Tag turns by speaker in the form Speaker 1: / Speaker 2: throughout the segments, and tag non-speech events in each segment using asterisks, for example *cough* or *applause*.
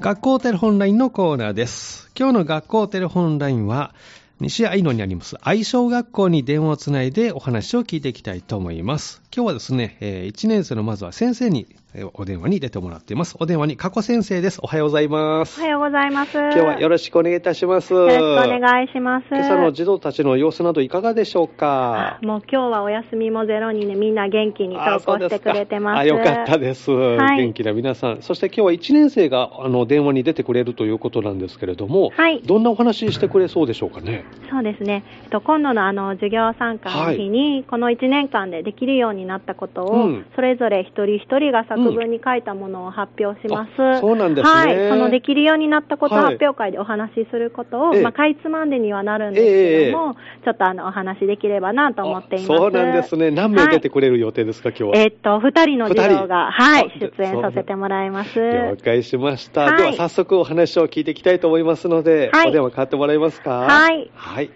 Speaker 1: 学校テレホンラインのコーナーです。今日の学校テレホンラインは、西愛野にあります愛小学校に電話をつないでお話を聞いていきたいと思います。今日はですね、1年生のまずは先生にえーお電話に出てもらっています。お電話に加古先生です。おはようございます。
Speaker 2: おはようございます。
Speaker 1: 今日はよろしくお願いいたします。
Speaker 2: よろしくお願いします。
Speaker 1: 今朝の児童たちの様子などいかがでしょうか
Speaker 2: あもう今日はお休みもゼロ人でみんな元気に投
Speaker 1: あそうで
Speaker 2: 稿してくれてます。
Speaker 1: かあ、よかったです。
Speaker 2: はい
Speaker 1: 元気な皆さん。そして今日は1年生があの電話に出てくれるということなんですけれども、
Speaker 2: はい
Speaker 1: どんなお話してくれそうでしょうかね。
Speaker 2: そうですね。えっと今度のあの授業参加の日に、この1年間でできるようになったことを、
Speaker 1: うん
Speaker 2: それぞれ一人一人が作文に書いたものを発表します。
Speaker 1: あそうなんですね
Speaker 2: はい。このできるようになったこと
Speaker 1: はい
Speaker 2: 発表会でお話しすることを、
Speaker 1: ええ
Speaker 2: まあかいつまんでにはなるんですけども、ちょっとあのお話しできればなと思っています。
Speaker 1: あそうなんですね。何名出てくれる予定ですか、今日は。
Speaker 2: えっと、二人の児童が、
Speaker 1: 二人
Speaker 2: は
Speaker 1: あ
Speaker 2: い、出演させてもらいます。
Speaker 1: 了解しました、
Speaker 2: はい
Speaker 1: では早速お話を聞いていきたいと思いますので、
Speaker 2: はい
Speaker 1: お電話変わってもらえますか
Speaker 2: はい
Speaker 1: はい。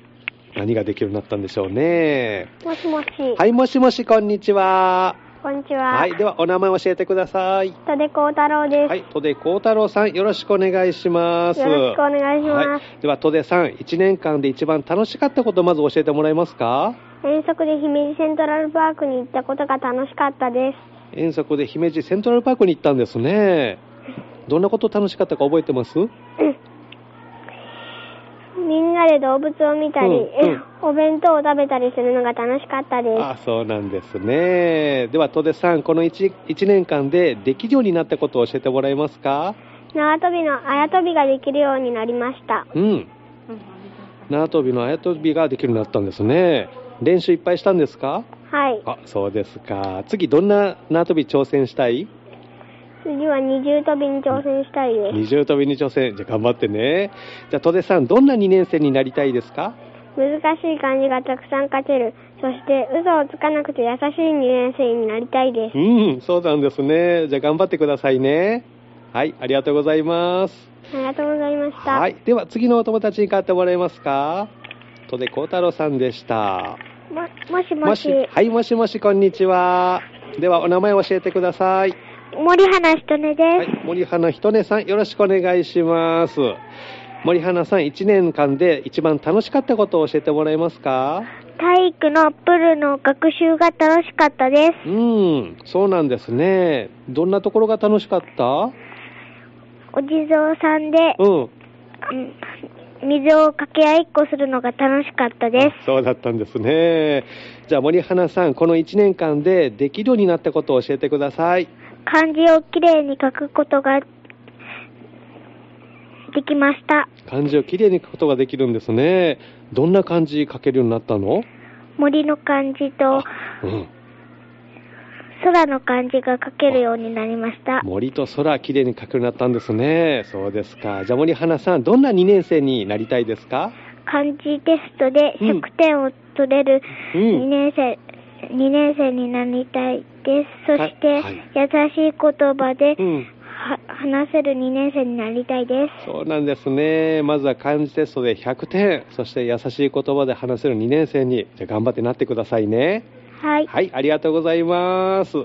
Speaker 1: 何ができるようになったんでしょうね。
Speaker 3: もしもし。
Speaker 1: はい、もしもし、こんにちは。
Speaker 3: こんにちは。
Speaker 1: はい、ではお名前を教えてください。
Speaker 3: とでこうたろうです。
Speaker 1: はい、戸出幸太郎さん、よろしくお願いします。
Speaker 3: よろしくお願いします
Speaker 1: はい、では、戸出さん、1年間で一番楽しかったこと、まず教えてもらえますか
Speaker 3: 遠足で姫路セントラルパークに行ったことが楽しかったです。
Speaker 1: 遠足で姫路セントラルパークに行ったんですね。どんなこと楽しかったか覚えてます
Speaker 3: みんなで動物を見たり、
Speaker 1: うんうん
Speaker 3: *laughs* お弁当を食べたりするのが楽しかったです。
Speaker 1: あ、そうなんですね。では、戸出さん、この 1, 1年間でできるようになったことを教えてもらえますか
Speaker 3: 縄跳びのあや跳びができるようになりました。
Speaker 1: うん。縄跳びの綾跳びができるようになったんですね。練習いっぱいしたんですか
Speaker 3: はい。
Speaker 1: あ、そうですか。次、どんな縄跳び挑戦したい
Speaker 3: 次は二重跳びに挑戦した *laughs* いです。
Speaker 1: 二重跳びに挑戦。じゃあ頑張ってね。じゃあ、戸出さん、どんな2年生になりたいですか
Speaker 3: 難しい漢字がたくさん書ける。そして嘘をつかなくて優しい2年生になりたいです
Speaker 1: う。ん、そうなんですね。じゃあ頑張ってくださいね。はい、ありがとうございます。
Speaker 3: ありがとうございました。
Speaker 1: はい、では次のお友達に代わってもらえますか戸出幸太郎さんでした。
Speaker 3: ももしもし。
Speaker 1: はい、もしもし、こんにちは。では、お名前を教えてください。
Speaker 3: 森花しとねです。
Speaker 1: はい、森花ひとねさん、よろしくお願いします。森花さん、1年間で一番楽しかったことを教えてもらえますか
Speaker 3: 体育のプールの学習が楽しかったで
Speaker 1: う
Speaker 3: す。
Speaker 1: ん、そうなんですね。どんなところが楽しかった
Speaker 3: お地蔵さんで、
Speaker 1: うん。
Speaker 3: うん水をかけ合いっこするのが楽しかったです。
Speaker 1: そうだったんですね。じゃあ森花さん、この1年間でできるようになったことを教えてください。
Speaker 3: 漢字をきれいに書くことができました。
Speaker 1: 漢字をきれいに書くことができるんですね。どんな漢字書けるようになったの
Speaker 3: 森の漢字と
Speaker 1: うん。
Speaker 3: 空の漢字が書けるようになりました。
Speaker 1: 森と空、きれいに書くようになったんですね。そうですか。じゃあ森花さん、どんな2年生になりたいですか
Speaker 3: 漢字テストで
Speaker 1: うん
Speaker 3: 100点を取れる
Speaker 1: う
Speaker 3: 2
Speaker 1: ん。
Speaker 3: 年生、2年生になりたいです。そして、
Speaker 1: はいはい
Speaker 3: 優しい言葉で、
Speaker 1: うん。
Speaker 3: は話せる2年生になりたいです。
Speaker 1: そうなんですね。まずは漢字テストで100点、そして優しい言葉で話せる2年生に、じゃあ頑張ってなってくださいね。
Speaker 3: はい。
Speaker 1: はい、ありがとうございます。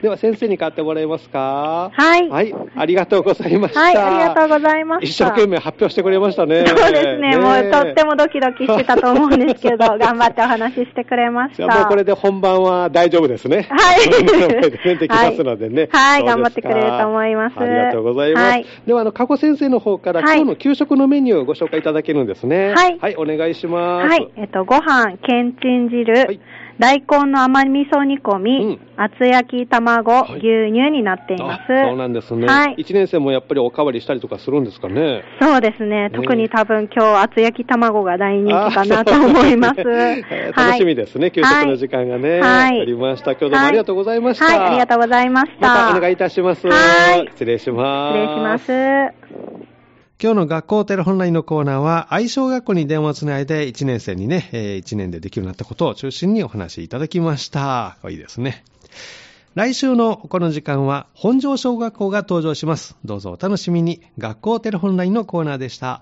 Speaker 1: では先生に買ってもらえますか。
Speaker 2: はい。
Speaker 1: はい、ありがとうございました。
Speaker 2: はい、ありがとうございました。
Speaker 1: 一生懸命発表してくれましたね。。
Speaker 2: そうですね、もうとってもドキドキしてたと思うんですけど、頑張って
Speaker 1: *laughs*
Speaker 2: てお話ししてくれま
Speaker 1: じ
Speaker 2: した。
Speaker 1: ゃあもうこれで本番は大丈夫ですね。 *laughs*
Speaker 2: はい
Speaker 1: できますのでね。
Speaker 2: はいはい
Speaker 1: そう
Speaker 2: 頑張
Speaker 1: で
Speaker 2: っ
Speaker 1: す
Speaker 2: て
Speaker 1: か
Speaker 2: くれると思います
Speaker 1: ありがとうございます。
Speaker 2: はい
Speaker 1: では、あの、加古先生の方から、
Speaker 2: はい
Speaker 1: 今日の給食のメニューをご紹介いただけるんですね。
Speaker 2: はい
Speaker 1: お願いします。
Speaker 2: はい、えっと、ご飯、けんちん汁、
Speaker 1: はい
Speaker 2: 大根の甘味噌煮込み、
Speaker 1: うん
Speaker 2: 厚焼き卵、
Speaker 1: はい
Speaker 2: 牛乳になっています。
Speaker 1: あそうなんですね。
Speaker 2: はい
Speaker 1: 1年生もやっぱりおかわりしたりとかするんですかね。
Speaker 2: そうですね。特に多分今日、厚焼き卵が大人気かなと思いま
Speaker 1: *laughs*
Speaker 2: す。
Speaker 1: あそうですね
Speaker 2: はい
Speaker 1: 楽しみですね、給食の時間がね。
Speaker 2: はい
Speaker 1: ありました。今日どうもありがとうございました。
Speaker 2: はい、はいありがとうございました。
Speaker 1: またお願いいたします。
Speaker 2: はい
Speaker 1: 失礼します。
Speaker 2: 失礼しま。す。
Speaker 1: 今日の学校テレホンラインのコーナーは、愛小学校に電話をつないで、1年生にね、1年でできるようになったことを中心にお話しいただきました。いいですね。来週のこの時間は、本庄小学校が登場します。どうぞお楽しみに。学校テレホンラインのコーナーでした。